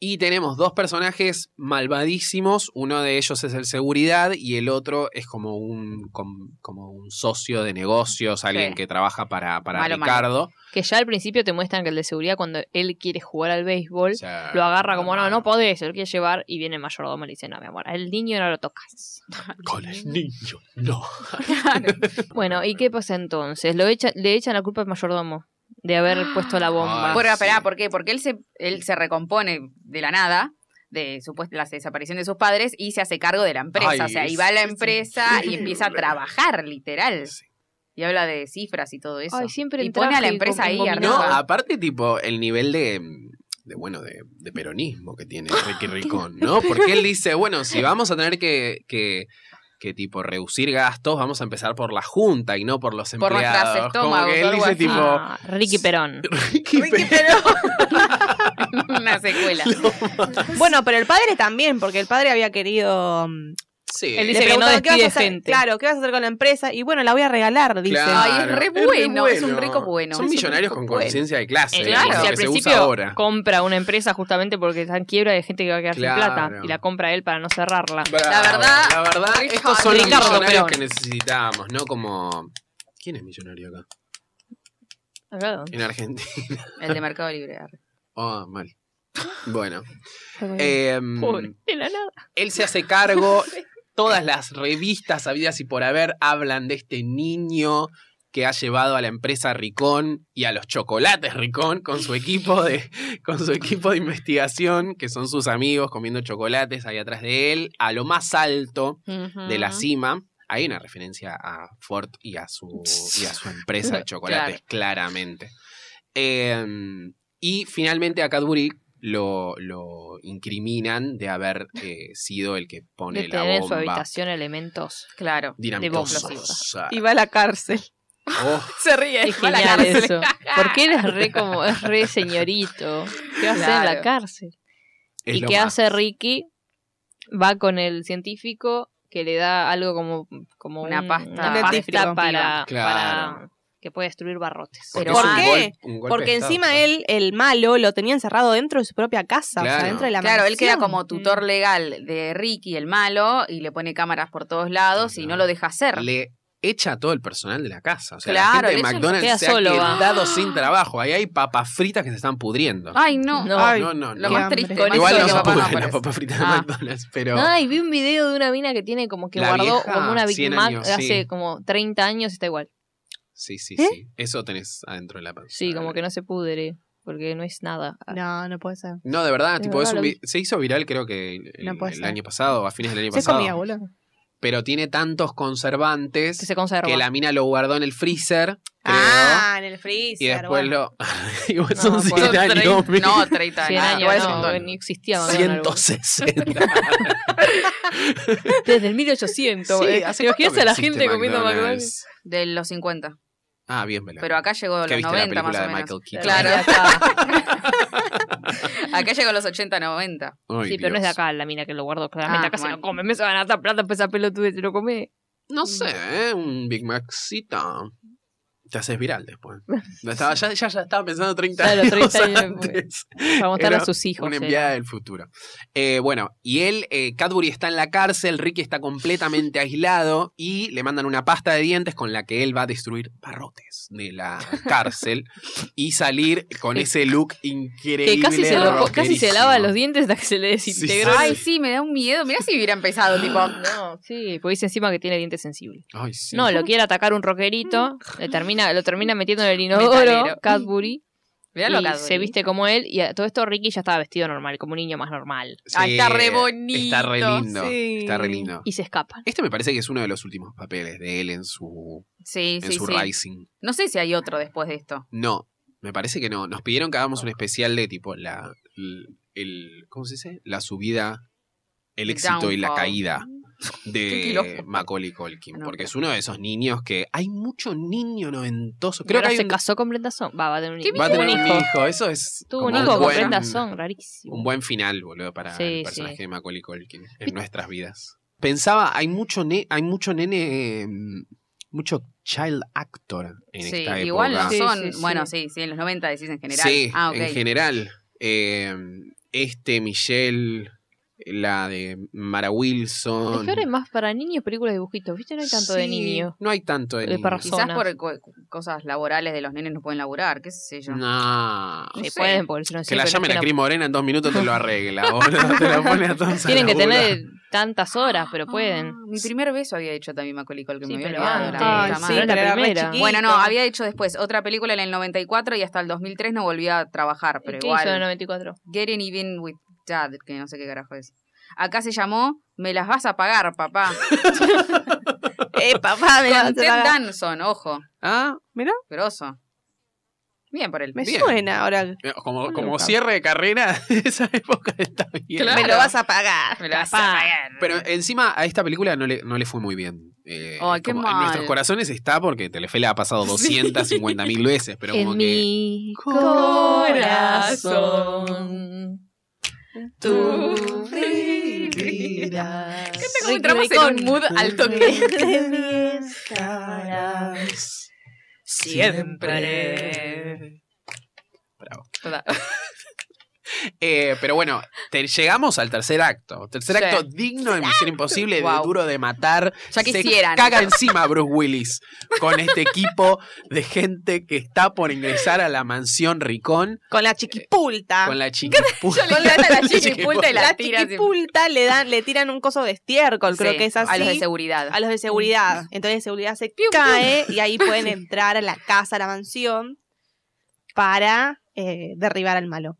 Y tenemos dos personajes malvadísimos. Uno de ellos es el seguridad y el otro es como un, com- como un socio de negocios, alguien Sí. que trabaja para, para Malo, malo. Ricardo. Que ya al principio te muestran que el de seguridad, cuando él quiere jugar al béisbol, O sea, lo agarra como, Ah. no, no podés, él quiere llevar. Y viene el mayordomo y le dice, no, mi amor, al niño no lo tocas. Con el niño, no. Bueno, ¿y qué pasa entonces? Lo echa- le echan la culpa al mayordomo de haber puesto la bomba. Ah, Bueno, sí. esperá, ¿por qué? Porque él se, él se recompone de la nada, de supuest- la desaparición de sus padres, y se hace cargo de la empresa. Ay, o sea, y es- va a la es empresa y increíble. empieza a trabajar, literal. Sí. Y habla de cifras y todo eso. Ay, siempre Y en pone a la traje, empresa con- ahí, con No, Claro. minifalda. aparte, tipo, el nivel de, de, bueno, de, de peronismo que tiene Ricky <laughs> Ricón, ¿no? Porque él dice, bueno, si vamos a tener que, que, que, tipo, reducir gastos, vamos a empezar por la junta y no por los Por nuestras empleados. Como estómagos, que él algo dice, así. <laughs> tipo, Ah, Ricky <laughs> Perón. Ricky Ricky Pe- Perón. <laughs> Una <laughs> secuela. Bueno, pero el padre también, porque el padre había querido. mm, Sí. le Él dice que no preguntaron, ¿qué vas a despide hacer? gente. Claro, ¿qué vas a hacer con la empresa? Y bueno, la voy a regalar, dice. Claro. Ay, es re bueno, es un rico bueno. Son Es un millonarios rico con bueno. conciencia de clase. Eh, digamos, claro. lo que si al se usa principio ahora. compra una empresa justamente porque está en quiebra y hay gente que va a quedar sin Claro. plata y la compra él para no cerrarla. Bravo, verdad, la verdad, Ricardo- estos son los Ricardo millonarios Perón. que necesitábamos, ¿no? Como. ¿Quién es millonario acá? Claro. En Argentina. El de Mercado Libre. Ah, mal. Bueno. Claro. em, Pobre, de la nada. él se hace cargo. Todas las revistas habidas y por haber hablan de este niño que ha llevado a la empresa Ricón y a los chocolates Ricón con su equipo de, <laughs> con su equipo de investigación, que son sus amigos comiendo chocolates ahí atrás de él, a lo más alto de la cima. Hay una referencia a Ford y a su, y a su empresa de chocolates, claramente. Eh, y finalmente a Cadbury lo, lo incriminan de haber eh, sido el que pone De la tener en su bomba habitación elementos. Claro. dinamitosos. explosivos. Y va a la cárcel. Oh, Se ríe. Es va a la genial cárcel. eso. Porque él es re como, es re señorito. ¿Qué va a hacer en la Claro. cárcel? es ¿Y lo qué más. hace Ricky? Va con el científico que le da algo como, como Una un- pasta una Antidepresiva. pasta para, Claro. para que puede destruir barrotes. Porque Pero es ¿por un qué? gol- un golpe Porque de estado, encima ¿no? él, el malo, lo tenía encerrado dentro de su propia casa, o Claro. sea, dentro de <laughs> la Claro, él queda mansión. como tutor legal de Ricky, el malo, y le pone cámaras por todos lados y no lo deja hacer. le echa a todo el personal de la casa. O sea, Claro, la le gente echa- de McDonald's queda se ha solo, va. quedado sin trabajo. Ahí hay papas fritas que se están pudriendo. Ah, Ay, no. <laughs> No. Ay, no, no, Lo no. más hambre. triste. Con más Igual eso triste no que papá no se pudren las aparece. papas fritas de Ah. McDonald's, pero Ay, vi un video de una mina que tiene como que La guardó vieja, como una Big 100 Mac años, hace sí. como 30 años, está igual. sí, sí, ¿Eh? sí. Eso tenés adentro de la panza. Sí, como que no se pudre, porque no es nada. Ah. No, no puede ser. No, de verdad, De tipo, verdad es un lo vi- se hizo viral creo que el, No puede el ser. año pasado, a fines del año Se pasado. comía, boludo. pero tiene tantos Que conservantes se conserva. que la mina lo guardó en el freezer, creo, en el y freezer. después bueno. lo... <laughs> Igual Ah, No, son pues, 100 años, Tre- mira. No, 30 100 años. Ah, años, igual no, siento- ni existía. McDonald's. <laughs> 160. Desde el 1800. eh. ¿hace cuánto Imagínate que a la existe gente comiendo McDonald's. De los 50. Ah, bien, Belén. Pero acá llegó a ¿Qué los viste 90 la más película o de menos. Michael Keaton? Claro. Es de acá. <laughs> Acá llegó a los 80, 90. Ay, Sí, pero no es de Dios. acá la mina que lo guardó. Claramente Ah, acá se bueno. lo come. Me se van a Mm. dar plata por esa pelotude se lo come. No sé, ¿eh? un Big Macita. Te haces viral <laughs> después. No estaba, ya, ya, ya estaba pensando 30 Claro, años 30 años pues, antes. después. Para mostrar Era a sus hijos. Una era. enviada del futuro. Eh, bueno, y él, eh, Cadbury está en la cárcel, Ricky está completamente aislado y le mandan una pasta de dientes con la que él va a destruir barrotes de la cárcel y salir con <laughs> ese look increíble. que casi se, lo- casi se lava rockerísimo. los dientes hasta que se le desintegró. Ay, sí, me da un miedo. Mirá si hubiera empezado, tipo. No, sí, pues dice encima que tiene dientes sensibles. Ay, sí. No, lo quiere atacar un rockerito, le termina, lo termina metiendo en el inodoro, <laughs> Metalero. Cadbury, Mirá lo y que hago, se ¿eh? viste como él, y a todo esto Ricky ya estaba vestido normal, como un niño más normal. Sí, Ay, está re bonito. Está re lindo. Sí. Está re lindo. Y se escapan. Este me parece que es uno de los últimos papeles de él en su, Sí, en sí, su sí. Rising. No sé si hay otro después de esto. No, me parece que no. Nos pidieron que hagamos un especial de tipo la. l- El, ¿Cómo se dice? La subida, el El éxito y la downfall. caída Qué de quilombo. Macaulay Culkin. No, Porque pero- es uno de esos niños que. Hay mucho niño noventoso. Creo Ahora que hay se un, casó con Brenda Song. Va, va a tener un ¿Qué hijo. va a Tuvo tener un un hijo. Eso es. Tuvo un como hijo con buen- Brenda Song, rarísimo. un buen final, boludo, para Sí, el sí. personaje de Macaulay Culkin en nuestras vidas. Pensaba, hay mucho, ne- hay mucho nene, eh, mucho child actor en Sí, esta época. igual no Sí, son. sí, sí. Bueno, sí, sí, en los 90 decís en general. Sí, ah, ok. en general. Eh, este, Michelle, la de Mara Es Wilson. que ahora es más para niños películas de dibujitos, ¿viste? No hay tanto de Sí, niño. Eh, No hay tanto de, De niño. perros. Quizás zonas. por co- cosas laborales de los nenes no pueden laburar, qué sé yo. No. No Se sé. Eh, pueden, porque si no Que la siempre llamen nos a Cris quedan- Morena en dos minutos te lo <laughs> arregla. boludo, te la pone a todos a Tienen que laburar. tener tantas horas, pero pueden. Ah, Mi primer beso había hecho también Macaulay Culkin, Sí, me había pero olvidado, antes. la Ay, puta sí, madre. pero era re primera. chiquito. Ah, Bueno, no, había hecho después otra película en el 94 y hasta el 2003 no volví a trabajar, pero ¿Qué hizo en el igual. 94? Getting Even With Dad, que no sé qué carajo es. Acá se llamó Me las vas a pagar, papá. Eh, papá, me la- Con Ted Danson, ojo, Ah, Mirá, grosso. Bien por él. me Bien. suena ahora. eh, como, como Nunca. cierre de carrera, <laughs> esa época está bien. Claro. Me lo vas a pagar. <laughs> Me las vas Papá. a pagar. Pero encima a esta película no le, no le fue muy bien. Eh, Ay, qué como En mal. nuestros corazones está porque Telefe la ha pasado 250 <laughs> mil veces, pero como que... mi corazón, <laughs> Tú vivirás. Siento como entramos en un mood al toque. Siempre. Bravo. Toda- Eh, pero bueno, te- llegamos al tercer acto. Tercer Sí. acto digno de Misión Imposible, de Guau. duro de matar. Ya quisieran. Se caga encima Bruce Willis con este equipo de gente que está por ingresar a la mansión Ricón Con la chiquipulta. con la chiquipulta. Ah. <laughs> Yo le gato <laughs> a la chiquipulta y la, la tira así. chiquipulta le dan, le tiran un coso de estiércol, creo Sí, que es así. A los de seguridad. a los de seguridad. Entonces seguridad se Piu, piu. cae y ahí pueden entrar a la casa, a la mansión, para eh, derribar al malo.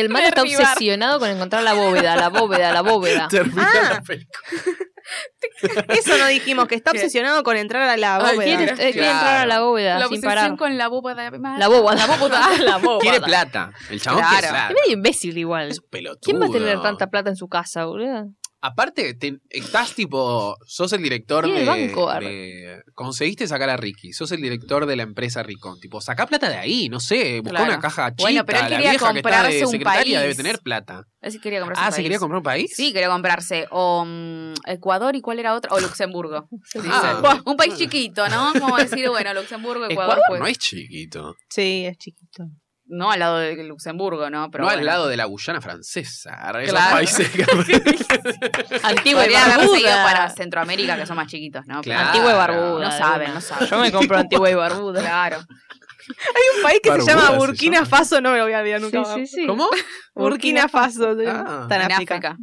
<laughs> el malo está Derribar. obsesionado con encontrar la bóveda, la bóveda, <laughs> la bóveda. Termina Ah. la película. Eso no dijimos, que <laughs> está ¿Qué? obsesionado con entrar a la Ay, bóveda. Quiere, eh, quiere Claro. entrar a la bóveda La sin obsesión parar. con la bóveda. más- La bóveda, la bóveda, <laughs> la bóveda. Quiere plata. El chabón Claro. quiere plata. Es medio imbécil igual. Es un pelotudo. ¿Quién va a tener tanta plata en su <laughs> casa, boludo? Aparte, te- estás tipo. Sos el director Tiene de, el banco, arre. de- Conseguiste sacar a Ricky. Sos el director de la empresa Ricón. Tipo, sacá plata de ahí, no sé. Buscá Claro. una caja chita. Bueno, pero él la quería vieja que está de comprarse un secretaria país. debe tener plata. Él sí quería comprarse Ah, un ¿se país. quería comprar un país? Sí, quería comprarse. O mm, Ecuador y cuál era otra. O <laughs> Luxemburgo. se dice. Ah. Un país chiquito, ¿no? Como decir, bueno, Luxemburgo, Ecuador. Ecuador pues- no es chiquito. Sí, es chiquito. No al lado de Luxemburgo, ¿no? Pero no al bueno. lado de la Guyana francesa. arre, esos Claro. países <laughs> que- <laughs> Antigua y Podría haberse ido barbuda. para Centroamérica, que son más chiquitos, ¿no? Pero Claro. Antigua y barbuda. No de saben, una. no saben. Yo me compro antigua y barbuda. Claro. Hay un país que Barbuda se llama se Burkina llama. Faso, no me lo voy a olvidar nunca. Sí, más. sí, sí. ¿Cómo? Burkina Faso, sí. Ah. está en, En África. África.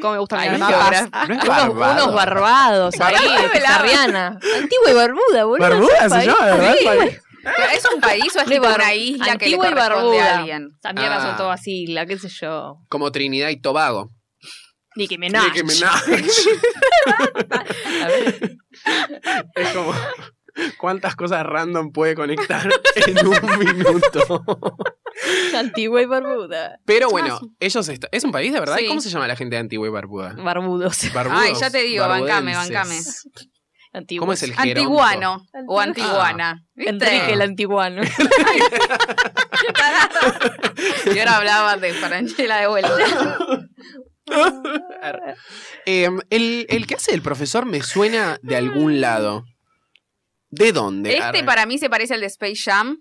Como me gusta Ahí mirar no mapas. habrá- No es Unos, bárbaro. unos barbados ahí, Barbados, velado. Sarriana. Antigua y barbuda, boludo. Barbuda Ese se llama, país. ¿verdad? Sí. ¿Pero ¿Es un país o es Re tipo bar- una isla antigua y que le corresponde barbuda. a alguien? Esa mierda Ah. son todo así, la qué sé yo. <laughs> Como Trinidad y Tobago. Nicki Minaj. <laughs> Nicki Minaj. <laughs> A ver, Es como, ¿cuántas cosas random puede conectar en un minuto? Antigua y barbuda. Pero bueno, ellos est- ¿Es un país de verdad? Ah, Sí. ¿Cómo se llama la gente de Antigua y Barbuda? Barbudos. <laughs> Barbudos, Ay, ya te digo, bancame, barbudenses. Antiguos. ¿Cómo es el geronto? Antiguano o Antiguo. antiguana. ¿Viste? Ah. Enrique el antiguano. Y ahora hablaba de Franchela de <laughs> vuelta. Em, Eh, el, el que hace el profesor me suena de algún lado. ¿De dónde? Este Arre. para mí se parece al de Space Jam,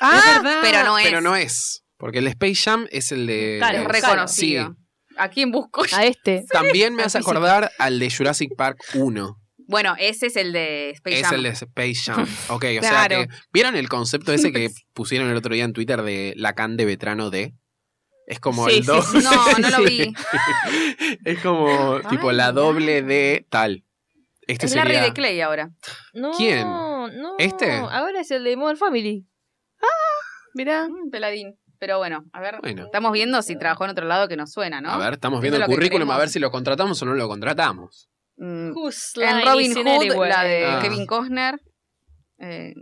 Ah, pero no es. Pero no es. Porque el Space Jam es el de. Claro, Es sí. reconocido. ¿A quién busco? <laughs> A este. También <laughs> me hace Así se- acordar al de Jurassic Park 1. Bueno, ese es el de Space Es Jam. el de Space <laughs> Jam. Ok, o sea Claro. que. ¿Vieron el concepto ese que pusieron el otro día en Twitter de Lacan de veterano de? Es como Sí, el sí, doble. sí. No, no lo vi. <laughs> es <laughs> como tipo la Ay, doble de tal. Este Es Larry sería. de Clay ahora. No, ¿Quién? No, ¿Este? Ahora es el de Modern Family. mirá. Mm, Peladín. Pero bueno, a ver. Bueno. Estamos viendo si trabajó en otro lado que nos suena, ¿no? A ver, estamos Viendo viendo lo el que currículum a queremos. ver si lo contratamos o no lo contratamos. Mm, Who's en Line Robin is in Hood, Anywhere. la de Ah. Kevin Costner. Eh,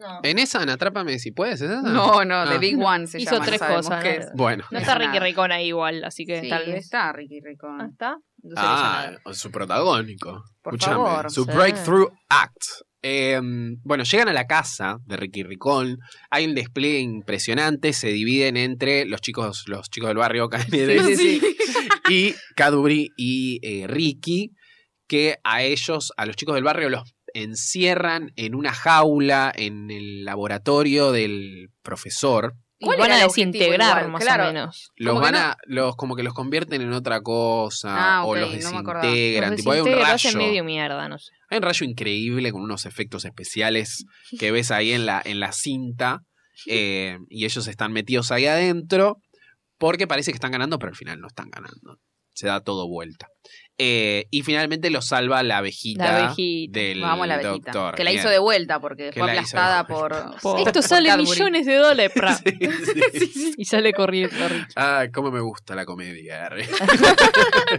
No. En esa, en Atrápame si puedes, ¿es esa? no, no, Ah. The Big One se Hizo llama. no tres sabemos cosas, qué ¿no? es. Bueno. No está No. Ricky Ricón ahí igual, así que ¿eh? Sí, tal vez. está Ricky Ah, Ricón. ¿Está? No sé Ah, qué su protagónico. Por Escúchame, favor. Su Sí. Breakthrough Act. Eh, bueno, llegan a la casa de Ricky Ricón. Hay un despliegue impresionante. Se dividen entre los chicos, los chicos del barrio Sí, KND <laughs> sí, <laughs> y Cadbury y eh, Ricky. Que a ellos, a los chicos del barrio, los encierran en una jaula en el laboratorio del profesor. Y ¿Cuál van era a el objetivo desintegrar igual? más Claro. o menos. Los Como que van a, los, como que los convierten en otra cosa Ah, o ok, los no me acordaba. Los desintegran. Los tipo, hay un desintegra, rayo. hacen medio mierda, no sé. Hay un rayo increíble con unos efectos especiales que ves ahí en la, en <laughs> la cinta. eh, y ellos están metidos ahí adentro porque parece que están ganando, pero al final no están ganando. Se da todo vuelta. Eh, y finalmente lo salva la abejita, La abejita. del Vamos a la abejita. doctor. que la Bien. hizo de vuelta porque Que fue la hizo de aplastada vuelta. <laughs> por, Por- por- Esto por sale Cadbury. millones de dólares, <laughs> pra. <laughs> <laughs> Sí, sí. Y sale corriendo. corriendo. Ah, cómo me gusta la comedia. <laughs> Ay,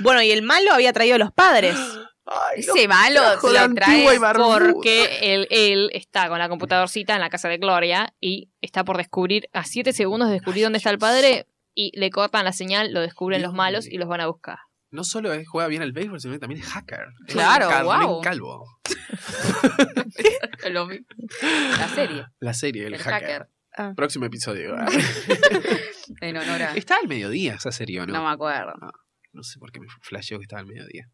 Bueno, y el malo había traído a <gasps> los padres. no, Ese malo trajo de lo Antigua y trae Barbuda. Porque él, él está con la computadorcita en la casa de Gloria y está por descubrir, a 7 segundos de descubrir dónde está el padre y le cortan la señal, lo descubren los malos y los van a buscar. No solo es- juega bien al béisbol, sino que también es hacker. Es Claro, Carmen guau. Calvo. <laughs> Lo vi. La serie. La serie, el, El hacker. hacker. Ah. Próximo episodio. <laughs> En honor a. Está al mediodía esa serie, ¿o no? No me acuerdo. No sé por qué me flasheó que estaba al mediodía.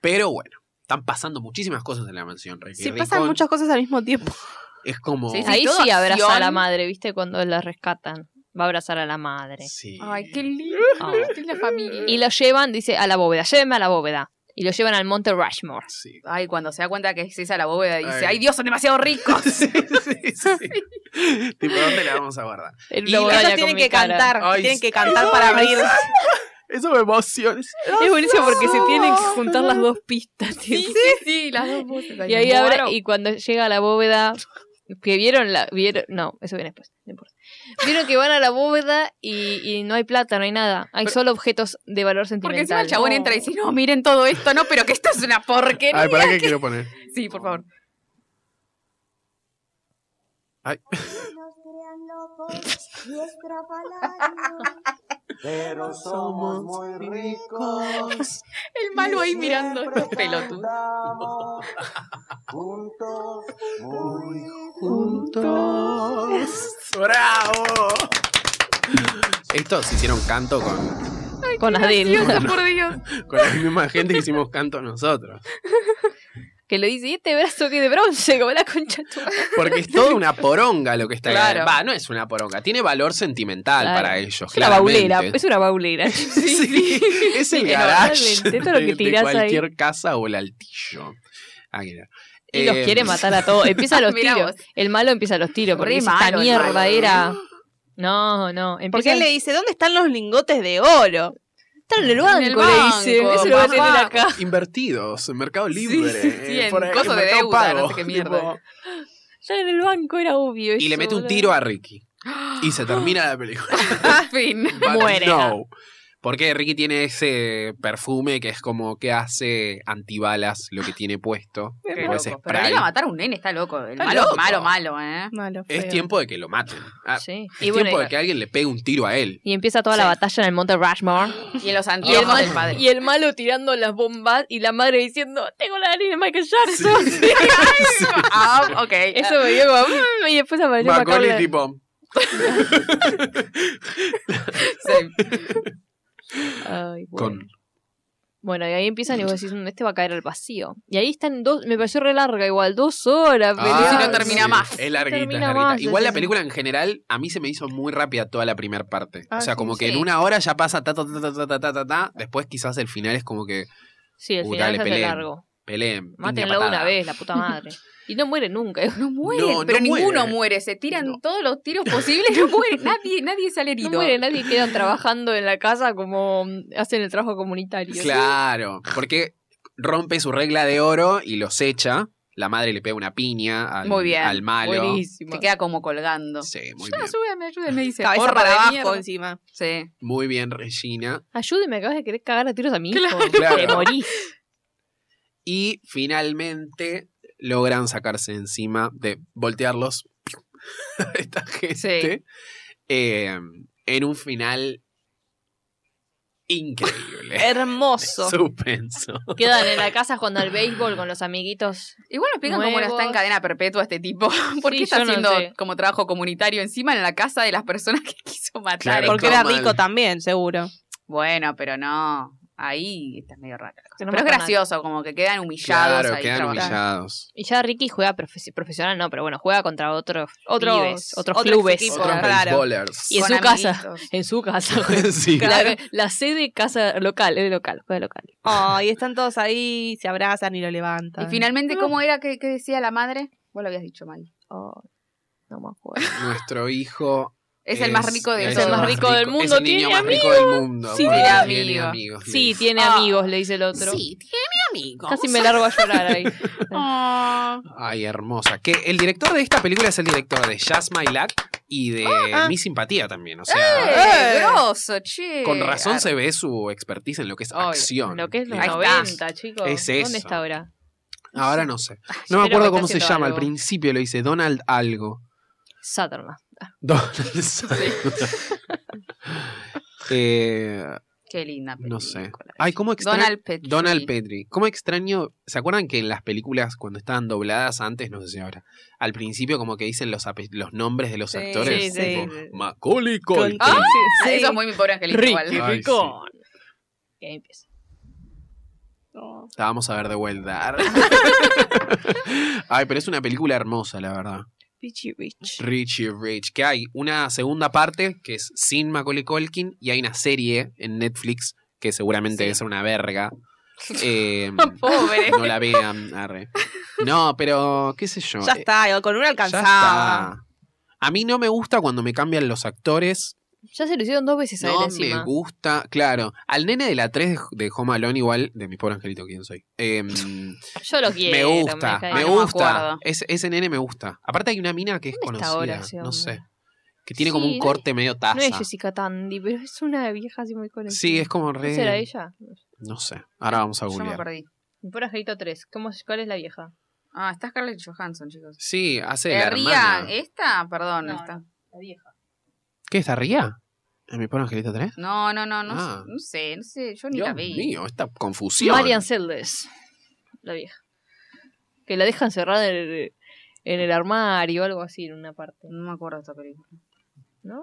Pero bueno, están pasando muchísimas cosas en la mansión. Ricky Sí, Ricón. pasan muchas cosas al mismo tiempo. Es como. Sí, Ahí toda sí abraza a la acción. madre, ¿viste? Cuando la rescatan. Va a abrazar a la madre. Sí. Ay, qué lindo. Ah. Qué linda familia. Y lo llevan, dice, a la bóveda. Llévenme a la bóveda. Y lo llevan al Monte Rushmore. Sí. <laughs> Ay, cuando se da cuenta que es esa la bóveda, dice, Ay. ay, Dios, son demasiado <laughs> ricos. Sí, sí, <laughs> sí. Tipo, ¿dónde la vamos a guardar? En Y una ellos bodaña Ellos con tienen mi que cara. cantar, Ay, tienen que sí. cantar para abrir. Eso me emociona. Es buenísimo porque se tienen que juntar las dos pistas. tipo. sí, las dos voces. Y ahí abre, y cuando llega a la bóveda, que vieron la, vieron, no, eso viene después, no importa. Vieron que van a la bóveda y, y no hay plata, no hay nada, hay solo objetos de valor Porque sentimental. encima el chabón No. entra y dice, no, miren todo esto, no, pero que esto es una porquería. Ay, ¿para qué quiero poner? Sí, por favor. Ay. Pero somos muy ricos. El malo ahí y mirando <laughs> siempre estos pelotudos. cantamos Juntos, muy juntos. ¡Bravo! Estos hicieron canto con, Con Adele. Dios, por Dios. con la misma gente que hicimos canto nosotros. <laughs> Que le dice, "Y este brazo que es de bronce, como la concha de tu madre". Porque es toda una poronga lo que está Claro. ahí. Va, no es una poronga, tiene valor sentimental Claro. para ellos. Es una claramente. baulera, es <laughs> una <laughs> baulera. Sí, Es el <laughs> Sí, garage enormemente, todo lo que de, de tirás ahí. cualquier casa o el altillo. Ah, mira. Y los Eh, <laughs> quiere matar a todos. Empieza <laughs> los Mirá tiros. vos. El malo empieza los tiros. Porque Re dice, esta malo el mierda malo". <laughs> era. No, no. Porque Empieza él le dice, ¿dónde están los lingotes de oro? Está en el banco, En el le dice. banco, Eso lo va a tener papá. acá. Invertidos en Mercado Libre. Sí, sí, sí, eh, en por ahí, coso de Mercado deuda, no Pago, sé qué mierda. tipo. Ya en el banco era obvio. Y le eso, mete un boludo. tiro a Ricky. Y se termina la <gasps> película. Al fin. But Muere. no. Porque Ricky tiene ese perfume que es como que hace antibalas lo que tiene puesto. Qué como ese loco. Pero él spray. iba a matar a un nene, está loco. El Está malo, loco. malo, malo, ¿eh? Es tiempo de que lo maten. Ah, Sí. Es Y, bueno, tiempo y, de que alguien le pegue un tiro a <laughs> él. y empieza toda la Sí. batalla en el Monte Rushmore. Y en los Y el, anteojos del malo, padre. y el malo tirando las bombas y la madre diciendo, tengo la nariz de Michael Jackson. <laughs> Ah, ok. Eso me dio como... "Mm", y después apareció Macaulay, Macaulay. tipo. Sí. Ah, Ay, bueno. Con Bueno, y ahí empiezan y vos decís, "Mm, este va a caer al vacío. Y ahí están dos, me pareció re larga igual, dos horas. Ah, si no peleando. termina sí, más. Es larguita, es Termina larguita. más, Igual sí, la sí. película en general a mí se me hizo muy rápida toda la primera parte. Ah, o sea, sí, como que sí. en una hora ya pasa ta ta ta ta ta ta ta ta, ta. Después quizás el final es como que Sí, el Uh, final dale, es re peleen. largo. peleen. Mátenlo piña, una patada. vez, la puta <laughs> madre. Y no muere nunca. No muere, No, no pero ninguno muere. muere. se tiran No. todos los tiros posibles, no muere, nadie, nadie sale herido. No muere nadie, quedan trabajando en la casa como mm, hacen el trabajo comunitario. Claro, porque rompe su regla de oro y los echa. La madre le pega una piña al, Muy bien. al malo. Buenísimo. Se queda como colgando. Sí, muy Yo, bien. ayúdame, ayúdame, dice. Cabeza "Porra para de abajo mierda". encima. Sí. Muy bien, Regina. Ayúdeme, acabas de querer cagar a tiros a mi hijo. Claro. Te morís. Y finalmente logran sacarse encima de voltearlos <laughs> a esta gente eh, en un final increíble. Hermoso. Suspenso. <laughs> Quedan en la casa jugando al béisbol con los <laughs> amiguitos. Igual nos explican cómo no está en Nuevos. cadena perpetua este tipo. <laughs> ¿Por qué Sí, está yo no haciendo sé. como trabajo comunitario encima en la casa de las personas que <laughs> quiso matar? Claro. Porque era Toma. rico también, seguro. Bueno, pero no. Ahí está medio raro. que no Pero es matan a nadie. gracioso, como que quedan <laughs> humillados Claro, ahí quedan trabajando. humillados. Y ya Ricky juega profe- profesional, no, pero bueno, juega contra otros Otros- pibes, otros, otros clubes. equipos. Otros Claro. beisbolers. <laughs> Y en Con su casa. amiguitos. En su casa. <laughs> Sí. La, la sede casa local, es local, juega local. Ay, están todos ahí, se abrazan y lo levantan. Y finalmente, ¿cómo Ah. era que, que decía la madre? Vos lo habías dicho mal. Oh, no me acuerdo. Nuestro hijo Es, el más rico de es todos. el más rico del Es mundo, el niño tiene más rico del mundo. Sí, porque tiene amigos. amigos. <laughs> Sí, tiene Ah. amigos, le dice el otro. tiene amigos. Casi <laughs> me largo a llorar ahí. Ay, hermosa. Que el director de esta película es el director de Jazz My Luck y de Ah, Mi Simpatía también. O sea, ¡Eh! ¡Grosso, che! con razón se ve su expertise en lo que es Obvio, acción. Lo que es los Ahí Digo, está. 90, chicos. Es eso. ¿Dónde está ahora? Ahora no sé. Espero No me que acuerdo está cómo se haciendo llama. Al algo. principio lo dice Donald algo. <laughs> Saturna. Donald <laughs> Eh, Qué linda película. no sé. Ay, cómo extraño. Donald Petrie. Donald Petrie. ¿Cómo extraño? ¿Se acuerdan que en las películas cuando estaban dobladas antes, no sé si ahora, al principio como que dicen los, ape- los nombres de los Sí, actores? sí, sí. Tipo, Macaulay Con- Culkin. Ah, Ah, sí. Eso es muy mi pobre angelito Ricky. igual. Ay, Ricón. Y ahí empieza. No. La vamos a ver de vuelta. Ay, pero es una película hermosa, la verdad. Pichi Rich. Richie Rich. Que hay una segunda parte que es sin Macaulay Culkin y hay una serie en Netflix que seguramente Sí. debe ser una verga. Eh, Pobre. no la vean, arre. No, pero qué sé yo. Ya eh, está, con una ya alcanzaba. está. A mí no me gusta cuando me cambian los actores. Ya se lo hicieron dos veces a él No me encima. gusta. Claro, al nene de la 3 de Home Alone, igual, de mi pobre angelito, ¿quién soy? Em, Yo lo quiero. me gusta, cae me bien. Ah, no me gusta. acuerdo. Ese- ese nene me gusta. Aparte, hay una mina que es ¿Dónde está conocida. ahora ese No hombre? sé. Que tiene como Sí, un no corte medio taza. No es Jessica Tandy, pero es una vieja así muy conocida. Sí, es como ¿No re. será ella? No sé. Ahora vamos a Yo me googlear. perdí. Mi pobre angelito 3. ¿Cómo, es- ¿Cuál es la vieja? Ah, está Scarlett Johansson, chicos. Sí, hace Eh, la Ría, hermana. ¿esta? Perdón, No, esta. La vieja. ¿Qué está Ría? ¿En mi pobre angelito 3? No, no, no, no, Ah. no sé, no sé, yo ni la Dios vi. mío, esta confusión. Marian Seldes. La vieja. Que la deja encerrada en el, en el armario o algo así en una parte. No me acuerdo de esta película. ¿No?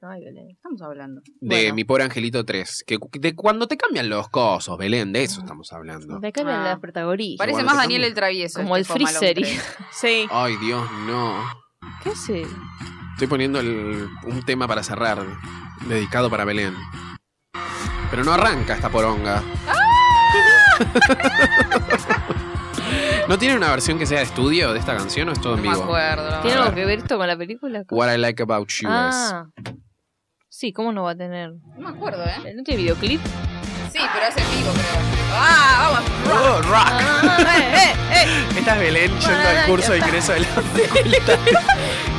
Ay, Belén. Estamos hablando. De Bueno. mi pobre angelito 3. Que, de cuando te cambian los cosos, Belén, de eso estamos hablando. Me cambian Ah. las protagonistas. Parece bueno, más que Daniel estamos- el Travieso. este Como el fue malo Freezer. que creo. Sí. Ay, Dios, no. ¿Qué hace? Estoy poniendo el- un tema para cerrar, dedicado para Belén. Pero no arranca esta poronga. ¿No tiene una versión que sea de estudio de esta canción o es todo No en me vivo? acuerdo. la ¿Tiene verdad. algo que ver esto con la película? What I Like About You ah. Sí, ¿cómo no va a tener? No me acuerdo, ¿eh? ¿No tiene videoclip? Sí, pero es en vivo, creo. ¡Ah, vamos! es. Oh, rock. Ah, eh, eh, eh. Esta es Belén yendo al curso de ingreso de la facultad.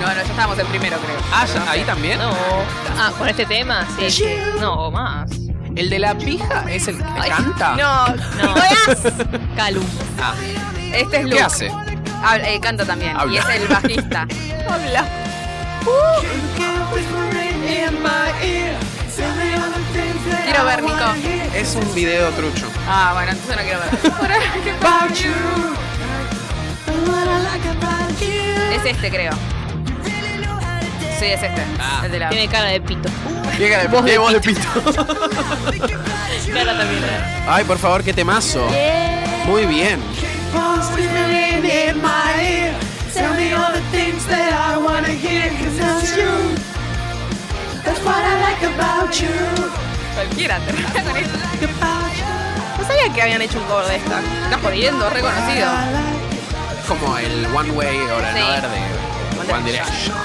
No, no, ya estábamos en primero, creo. Ah, ya, ahí también. No. Ah, con este tema, sí. sí. No, más. El de la pija es el que canta. No, No. Calum. Ah, Este es Luke. ¿Qué hace? Habla- eh, canta también. Habla. Y es el <laughs> bajista. habla. Quiero ver, Nico. Es un video trucho. Ah, bueno, entonces no <laughs> quiero ver. ¿Qué pasa? Es este, creo. Sí, es este. Ah. El de la. Tiene cara de pito. Llega Voz de voz de pito. Cara también. ¿eh? Ay, por favor, qué temazo. Muy bien. Cualquiera, termina con esto. No sabía que habían hecho un cover de esta. Estás jodiendo, reconocido. Como el One Way o la Sí. no verde. One, Direction.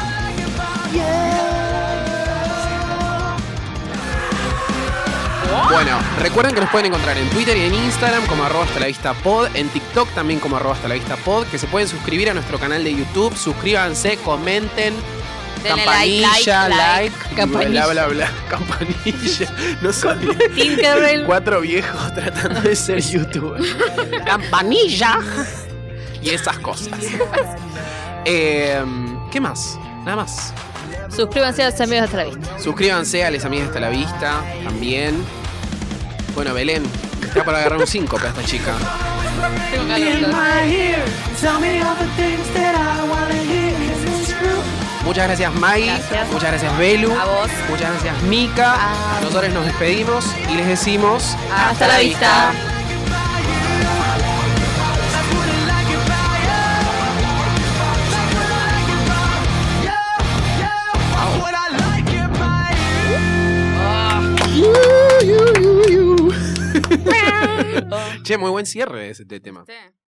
Bueno, recuerden que nos pueden encontrar en Twitter y en Instagram como arroba hasta la vista pod, en TikTok también como arroba hasta la vista pod, que se pueden suscribir a nuestro canal de YouTube, suscríbanse, comenten, Denle like, like, campanilla, like. campanilla, bla bla bla, campanilla, <laughs> no son Tinkerbell. cuatro viejos tratando de ser youtuber. Campanilla. Y esas cosas. Eh, ¿Qué más? Nada más. Suscríbanse a los amigos de la vista. Suscríbanse a Les Amigas hasta la vista también. Bueno, Belén, está para agarrar un 5 para esta chica. Tengo calor. Muchas gracias, Mai. Gracias. Muchas gracias, Belu. A vos. Muchas gracias, Mika. Ah. Nosotros nos despedimos y les decimos. Hasta la vista. Che, muy buen cierre ese tema. Sí.